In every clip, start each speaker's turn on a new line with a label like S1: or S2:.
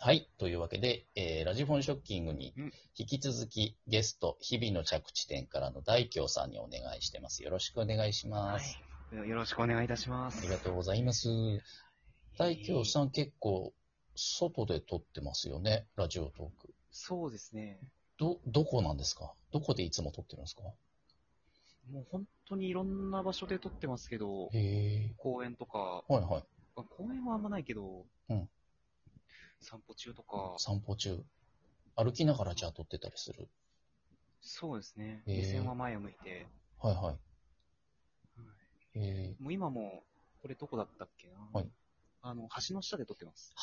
S1: はい。というわけで、えーラジフォンショッキングに
S2: うん
S1: 引き続きゲスト、日々の着地点からの大京さんにお願いしてます。よろしくお願いします。
S2: い。よろしくお願いいたしま
S1: あ
S2: す
S1: り。がとうございます。大京さん結構、外で撮ってますよね、ラジオトーク。
S2: そうですね。
S1: ど、どこなんですかどこでいつも撮ってるんですか
S2: もう本当にいろんな場所で撮ってますけど、
S1: へえ。
S2: 公園とか、
S1: はいはい。
S2: あ公園はあんまないけど、
S1: うん
S2: 散歩中とか、
S1: 散歩中。歩きながらじゃあ撮ってたりする。
S2: そうですね。
S1: へー
S2: 目線は前を向いて、
S1: はいはい。えー、
S2: もう今も、これどこだったっけな、
S1: はい
S2: あの、橋の下で撮ってます。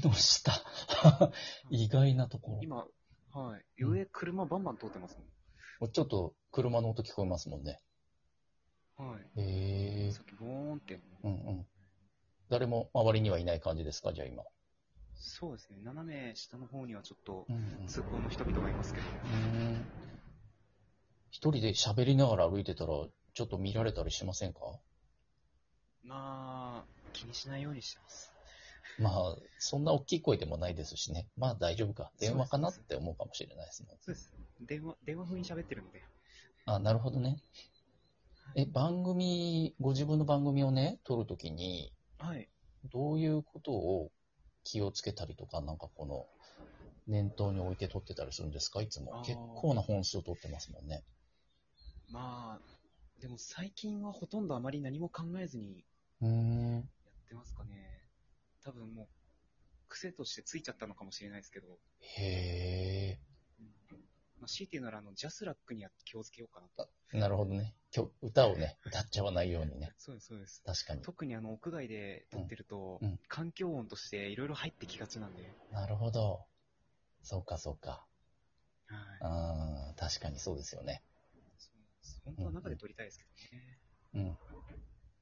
S1: 橋の下。 意外なところ。
S2: 今、はい。
S1: うん
S2: 上、車バンバン通ってます
S1: ちょっと車の音聞こえますもんね。
S2: もん。はい。
S1: へえ
S2: さっき、ボーンって。
S1: うんうん。誰も周りにはいない感じですか、じゃあ今。
S2: そうですね。斜め下の方にはちょっと
S1: う、ん、うん。
S2: 通行の人々がいますけど。
S1: 一人で喋りながら歩いてたら、ちょっと見られたりしませんか
S2: まあ、気にしないようにしてます。
S1: まあ、そんな大きい声でもないですしね。まあ大丈夫か。電話かなって思うかもしれないですね。
S2: そうです。電話、電話風に喋ってるので。
S1: あ、なるほどね。え、番組、ご自分の番組をね、撮るときに、
S2: はい。
S1: どういうことを気をつけたりとか、なんかこの、念頭に置いて撮ってたりするんですかいつも
S2: あ。ー
S1: 結構な本数撮ってますもんね。
S2: まあ、でも最近はほとんどあまり何も考えずに
S1: うーん。
S2: やってますかね。多分もう、癖としてついちゃったのかもしれないですけど、
S1: へ
S2: まあ、強いて言うなら、あの、ジャスラックには気をつけようかなと。
S1: え。なるほどね。きょ歌をね、歌っちゃわないようにね。
S2: そうです、そうです。
S1: 確かに。
S2: 特にあの、屋外で撮ってると、
S1: うんうん
S2: 環境音としていろいろ入ってきがちなんで、
S1: なるほど。そうか、そうか。
S2: はい。
S1: あー確かにそうですよね。
S2: そうです本当は中で撮りたいですけどね。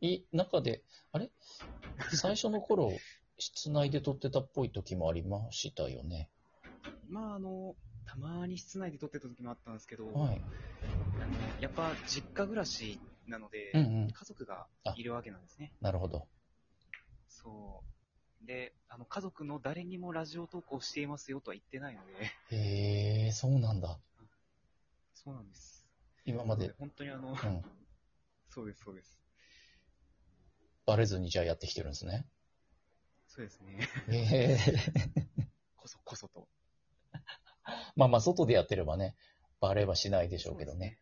S1: うん。い、中で、あ れ最初の頃、室内で撮ってたっぽい時もありましたよね。
S2: まあ、あの、たまに室内で撮ってた時もあったんですけど、
S1: はい。
S2: あのやっぱ実家暮らしなので、
S1: うんうん。
S2: 家族がいるわけなんですね。
S1: なるほど。
S2: そう。で、あの、家族の誰にもラジオ投稿していますよとは言ってないので、
S1: へえ、そうなんだ。
S2: そうなんです。
S1: 今ま
S2: なの
S1: で
S2: で、本当にあの、
S1: うん、
S2: そうです、そうです。
S1: バレずにじゃあやってきてるんですね。
S2: そうですね。
S1: へえ、
S2: こそこそと。
S1: まあまあ、外でやってればね、バレはしないでしょうけどね。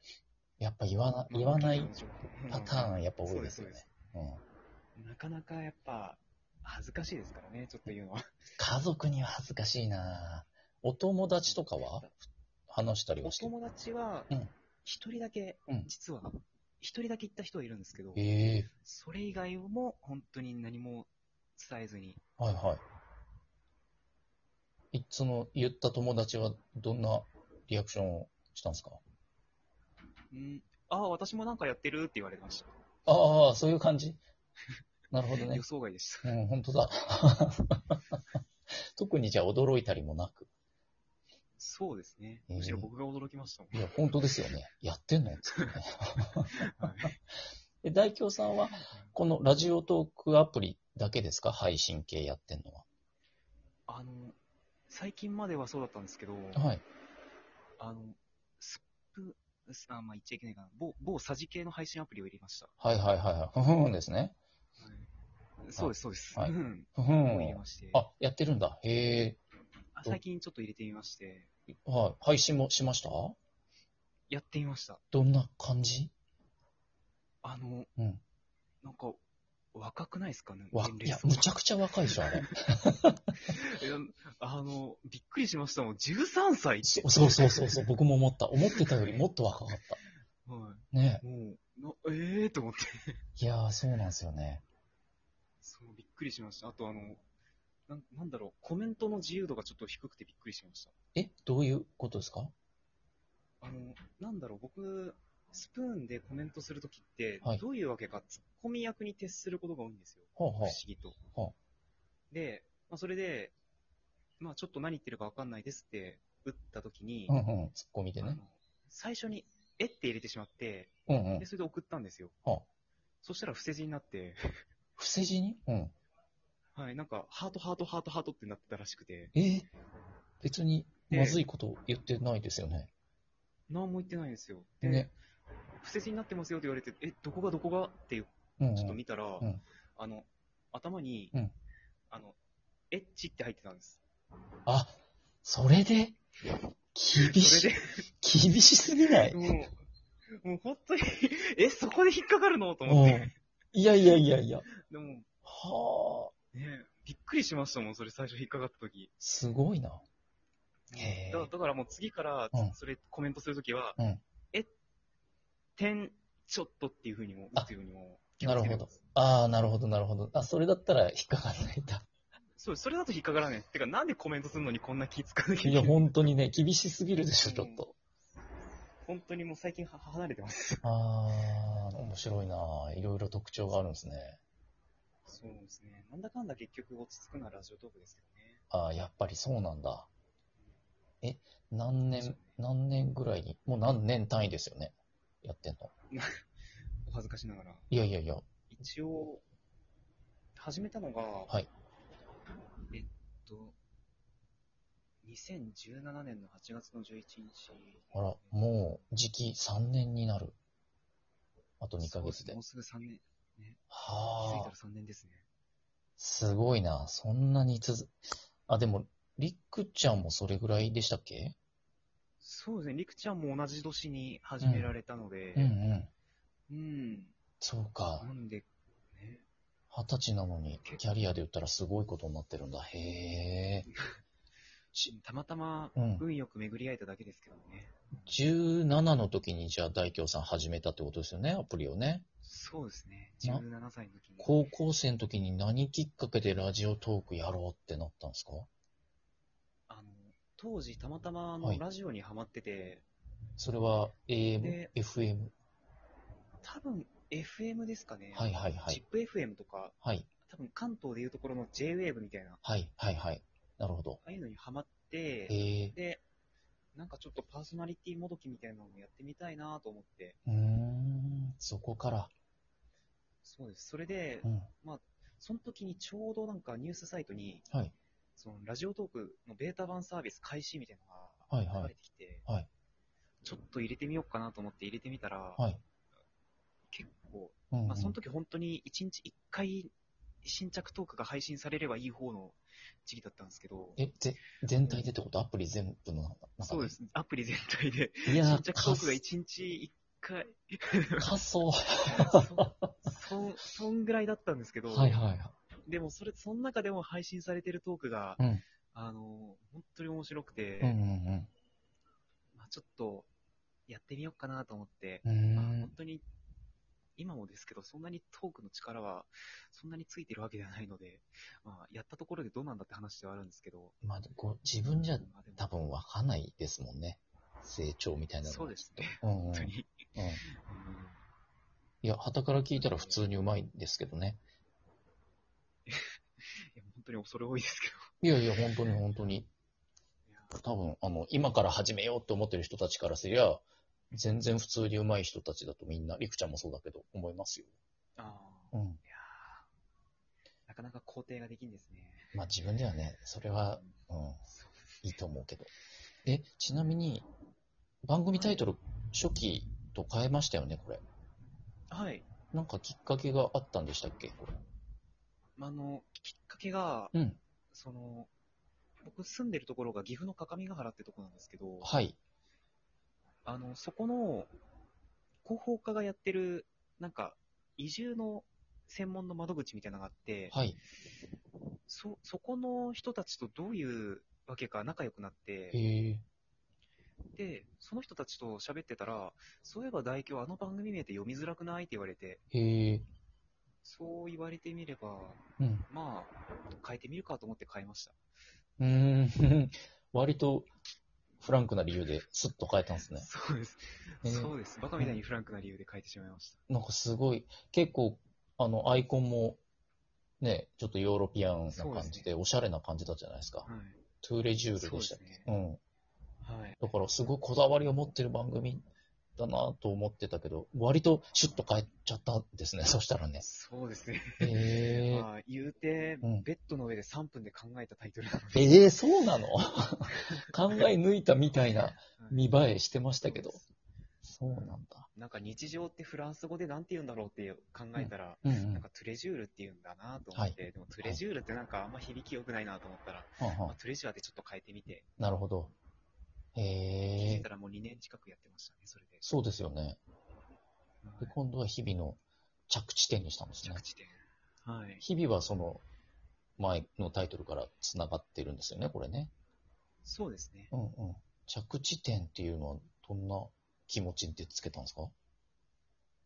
S1: やっぱ言わな、
S2: そうですね。
S1: 言わな
S2: ま
S1: いパ
S2: あ
S1: ターンやっぱ多
S2: そ
S1: いうで
S2: ですす、
S1: よ
S2: そう
S1: ね
S2: で。す。
S1: うん。
S2: なかなかやっぱ、恥ずかしいですからね、ちょっと言うのは。
S1: 家族には恥ずかしいなお友達とかは話したり
S2: お
S1: はしてる
S2: 友達は
S1: うん、
S2: 一人だけ、
S1: うん
S2: 実は、一人だけ行った人はいるんですけど、
S1: へえ、
S2: それ以外も本当に何も伝えずに、
S1: はいはい。いその、言った友達はどんなリアクションをしたんですか
S2: うん、ああ、私もなんかやってるって言われました。
S1: ああ、そういう感 じなるほどね
S2: 予。想外でした。
S1: うん、本当だ。 特にじゃあ驚いたりもなく。
S2: そうですね。
S1: うん
S2: むしろ僕が驚きましたもん。
S1: いや、本当ですよね。やってんのつってね
S2: はい
S1: で大京さんは、このラジオトークアプリだけですか配信系やってんの
S2: あの、最近まではそうだったんですけど、
S1: は。はい。
S2: あの、スプ、スあ、まあ、言っちゃいけないかな。某、某サジ系の配信アプリを入れました。
S1: はいはいはいはい。ふふんですね。
S2: そうです、そうです。
S1: はい
S2: うん。
S1: ふふ
S2: を入れ
S1: ん。
S2: まして。
S1: あ、やってるんだ。へ
S2: あ最近ちょっと入れてみまして、
S1: え。はい。配信もしました
S2: やってみました。
S1: どんな感じ
S2: あの、
S1: うん
S2: なんか、若くないですかね
S1: わ、
S2: 年
S1: いや
S2: 齢、層
S1: むちゃくちゃ若いでしょ、あ れ。
S2: いやあの、びっくりしましたもん。13歳って。
S1: そそうそうそうそう、僕も思った。思ってたよりもっと若かっ
S2: は
S1: た。ね
S2: い。もう、なええー、と思って。
S1: いやー、そうなんですよね。
S2: そう、びっくりしました。あと、あの、なんなんだろう、コメントの自由度がちょっと低くてびっくりしました。
S1: え、どういうことですか
S2: あの、なんだろう、僕、スプーンでコメントするときって
S1: はい、
S2: どういうわけか、ツッコミ役に徹することが多いんですよ。
S1: ほう
S2: 不
S1: ほう
S2: 思。議と
S1: は。
S2: で、まあ、それで、まあ、ちょっと何言ってるかわかんないですって打ったときに、
S1: うんうん、ツッコミで
S2: あの
S1: ね。
S2: 最初に、えって入れてしまって、
S1: うんうん
S2: で、。それで送ったんですよ
S1: はあ。
S2: そしたら伏せ字になって、
S1: 伏せ字にうん。
S2: はい、なんか、ハート、ハート、ハート、ハートってなってたらしくて、
S1: えー別にまずいこと言ってないですよね。
S2: 何も言ってないんですよ。で、
S1: ね。
S2: 不正になってますよって言われて、え、どこがどこがっていう
S1: うんうん、
S2: ちょっと見たら、
S1: ん
S2: あの、頭に、
S1: うん
S2: あの、エッチって入ってたんです。
S1: あ、それで、厳
S2: そ
S1: し
S2: れ、
S1: 厳しすぎない
S2: で、もう、もう本当に、え、そこで引っかかるのと 思
S1: う
S2: って。
S1: ん。いやいやいやいや。
S2: でも、ね
S1: はあ、
S2: えびっくりしましたもん、それ最初引っかかった時。
S1: すごいな。へえ
S2: だだからもう次から
S1: うん、
S2: それコメントするときは、
S1: うん
S2: え、点、ちょっとっていうふうにも、打つようにも。
S1: なるほど。ああ、なるほど、なるほど。あ、それだったら引っかかんないん だ。
S2: そう、それだと引っかからない。てか、なんでコメントするのにこんな気使わなき
S1: い
S2: ゃいけ
S1: や、
S2: ない
S1: 本当にね、厳しすぎるでしょ、ちょっと。
S2: 本当にもう最近は離れてます。
S1: ああ、面白いな。いろいろ特徴があるんですね。
S2: そうですね。なんだかんだ結局落ち着くのはラジオトークですけどね。
S1: ああ、やっぱりそうなんだ。え、何年、何年ぐらいに、もう何年単位ですよね。やってんの。
S2: お恥ずかしながら。
S1: いやいやいや、
S2: 一応、始めたのが、
S1: はい。
S2: えっと、2017年の8月の11日。
S1: あら、もう、時期3年になる。あと2ヶ
S2: そうす
S1: 月
S2: ね
S1: で
S2: も。うすぐ3年。気づい
S1: は
S2: た
S1: あ
S2: ら、3年ですね。
S1: すごいな。そんなに続、あ、でも、りっくちゃんもそれぐらいでしたっけ
S2: そうですね。りくちゃんも同じ年に始められたので、
S1: うんうん。
S2: うん。
S1: そうか。
S2: なんで、ね。
S1: 二十歳なのに、キャリアで言ったらすごいことになってるんだ。へえ。ち
S2: たまたま
S1: うん、
S2: 運よく巡り合えただけですけどね。
S1: 17の時に、じゃあ、大京さん始めたってことですよね、アプリをね。
S2: そうですね。
S1: な
S2: 17歳の時に。
S1: 高校生の時に何きっかけでラジオトークやろうってなったんですか
S2: あの、当時たまたまあ
S1: は
S2: の
S1: い
S2: ラジオにハマってて、
S1: それは、AM
S2: で、
S1: FM。
S2: 多分 FM ですかね。
S1: はいはいはい
S2: チップ FM とか、
S1: はい、
S2: 多分関東でいうところの JWAVE みたいな、あ
S1: はい、はい、はい。なるほど。
S2: あいうのにハマっ
S1: へ
S2: て、
S1: え。
S2: で、なんかちょっとパーソナリティもどきみたいなのもやってみたいなと思って、
S1: うーん、そこから。
S2: そうです。それで
S1: う、ん。
S2: その時にちょうどなんかニュースサイトに、
S1: はい
S2: そのラジオトークのベータ版サービス開始みたいな
S1: はい
S2: の
S1: はい
S2: が流れてきて、
S1: はい
S2: ちょっと入れてみようかなと思って入れてみたら、
S1: はい。
S2: 結構、
S1: うんうん、
S2: まあ、その時本当に1日1回新着トークが配信されればいい方の時期だったんですけど、
S1: え、ぜ、全体でってことアプリ全部の中
S2: そうですね、アプリ全体で、
S1: いや
S2: 新
S1: ー、
S2: 着ト
S1: か
S2: ーク
S1: す
S2: が1、日1回、
S1: かそう。
S2: そそんぐらいだったんですけど、
S1: はいはい。
S2: でもそれ、その中でも配信されてるトークが、
S1: うん
S2: あのー本当に面白くて、
S1: うんうん
S2: まあ、ちょっとやってみようかなと思って、
S1: うん。うー
S2: まあ本
S1: ん。
S2: 当に今もですけど、そんなにトークの力はそんなについてるわけではないので、まあ、やったところでどうなんだって話ではあるんですけど、
S1: まあ、こう自分じゃ
S2: まあでも
S1: 多分わかんないですもんね。成長みたいなのが
S2: そうですね、
S1: うんうん。
S2: 本当
S1: うん
S2: に。
S1: いや、旗から聞いたら普通にうまいんですけどね。
S2: いや本当に恐れ多いですけ
S1: いやいや、本当に本当に。
S2: ど、いや
S1: 多分、あの、今から始めようって思ってる人たちからすりゃ、全然普通にうまい人たちだとみんな、りくちゃんもそうだけど、思いますよ。
S2: あー
S1: うん。
S2: いやーなかなか肯定ができんですね。
S1: まあ自分ではね、それは、うん。
S2: そう
S1: いいと思うけど。え、ちなみに、番組タイトル、初期と変えましたよね、これ。
S2: はい、
S1: なんかきっかけがあったんでしたっけ、こ
S2: まあ、あのきっかけが、
S1: れ。うん。
S2: その僕住んでるところが岐阜の各務原ってとこなんですけど、
S1: はい。
S2: あの、そこの広報課がやってる、なんか、移住の専門の窓口みたいなのがあって、
S1: はい。
S2: そ、そこの人たちとどういうわけか仲良くなって、
S1: へえ。
S2: で、その人たちと喋ってたら、そういえば大京あの番組名って読みづらくないって言われて、
S1: へえ。
S2: そう言われてみれば、
S1: うん。
S2: まあ、変えてみるかと思って変えました。
S1: うーん。割と、フランクな理由で、スッと変えたんですね。
S2: そうです。
S1: えー
S2: そうです。バカみたいにフランクな理由で変えてしまいました。
S1: なんかすごい、結構、あの、アイコンも、ね、ちょっとヨーロピアンな
S2: そうで
S1: 感
S2: す
S1: じ
S2: ね
S1: で、おしゃれな感じだったじゃないですか。
S2: はい。
S1: トゥーレジュール
S2: そう
S1: で
S2: で
S1: したっ
S2: す
S1: け
S2: ね。
S1: うん。
S2: はい。
S1: だから、すごいこだわりを持ってる番組だなと思ってたけど、割とシュッと帰っちゃったんですね、そしたらね。
S2: そうですね。
S1: えー、
S2: まあ、言うて、
S1: うん
S2: ベッドの上で3分で考えたタイトルなので。
S1: えー、そうなの 考え抜いたみたいな見栄えしてましたけど
S2: そうで。す
S1: そうなんだ。
S2: なんか日常ってフランス語でなんて言うんだろうって考えたら、
S1: うんう
S2: なん
S1: ん
S2: かトゥレジュールって言うんだなと思って、でもトゥレジュールってなんかあんま響き良くないなと思ったら、
S1: はん
S2: ま
S1: は
S2: あ、トゥレジュアでちょっと変えてみて、
S1: ん。なるほど。え
S2: 気づい
S1: ー
S2: た、らもう2年近くやってましたね、それで。
S1: そうですよね。で、
S2: はい
S1: 今度は日々の着地点にしたんですね
S2: 着。地点。はい。
S1: 日々はその前のタイトルから繋がってるんですよね、これね。
S2: そうですね。
S1: うんうん。着地点っていうのはどんな気持ちでつけたんですか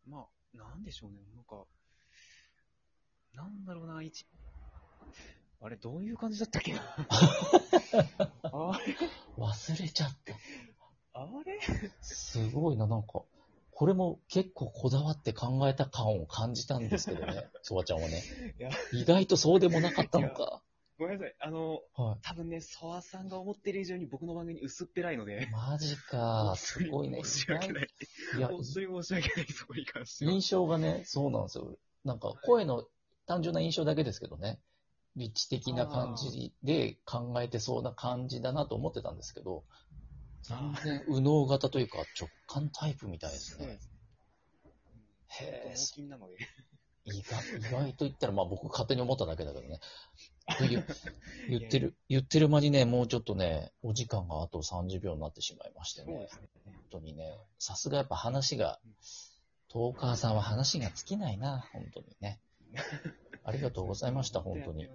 S2: まあ、なんでしょうね、なんか、なんだろうな、一、あれ、どういう感じだったっけ な。あれ
S1: 忘れちゃった。
S2: あれ
S1: すごいな、なんか。これも結構こだわって考えた感を感じたんですけど ね、そばちゃんはね
S2: いや。
S1: 意外とそうでもなかったのか。
S2: ごめんなさい。あの、
S1: は
S2: 多分ね、ソワさんが思ってる以上に僕の番組に薄っぺらいので
S1: い。。マジか、すごいね。
S2: 申し訳ない。
S1: いや、
S2: 本当に申し訳ない、そこに関しては。
S1: 印象がね、そうなんですよ。なんか声の単純な印象だけですけどね、立地的な感じで考えてそうな感じだなと思ってたんですけど、全然右脳型というか直感タイプみたいです
S2: そう
S1: ね
S2: で。すね。
S1: へえ
S2: 脳筋なので。
S1: 意外、意外と言ったら、まあ僕勝手に思っただけだけどね。と いう言ってる、言ってる間にね、もうちょっとね、お時間があと30秒になってしまいまして
S2: そう
S1: ね
S2: で。すね。
S1: 本当にね、さすがやっぱ話が、トーカーさんは話が尽きないな、本当にね。ありがとうございました、本当に。。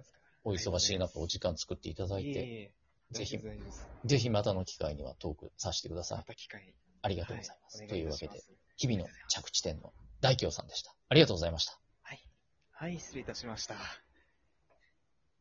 S1: お忙しい中、お時間作っていただい
S2: いえ
S1: て、
S2: いえ。
S1: ぜひ
S2: 大丈夫です。
S1: ぜひまたの機会にはトークさせてくださ
S2: ま
S1: い。
S2: た機会に。
S1: ありがとうございます。
S2: は
S1: というわ。
S2: お
S1: け
S2: 願
S1: で
S2: し、ます
S1: 日々の着地点の大京さんでした。ありがとうございました。
S2: はい。はい、失礼いたしました。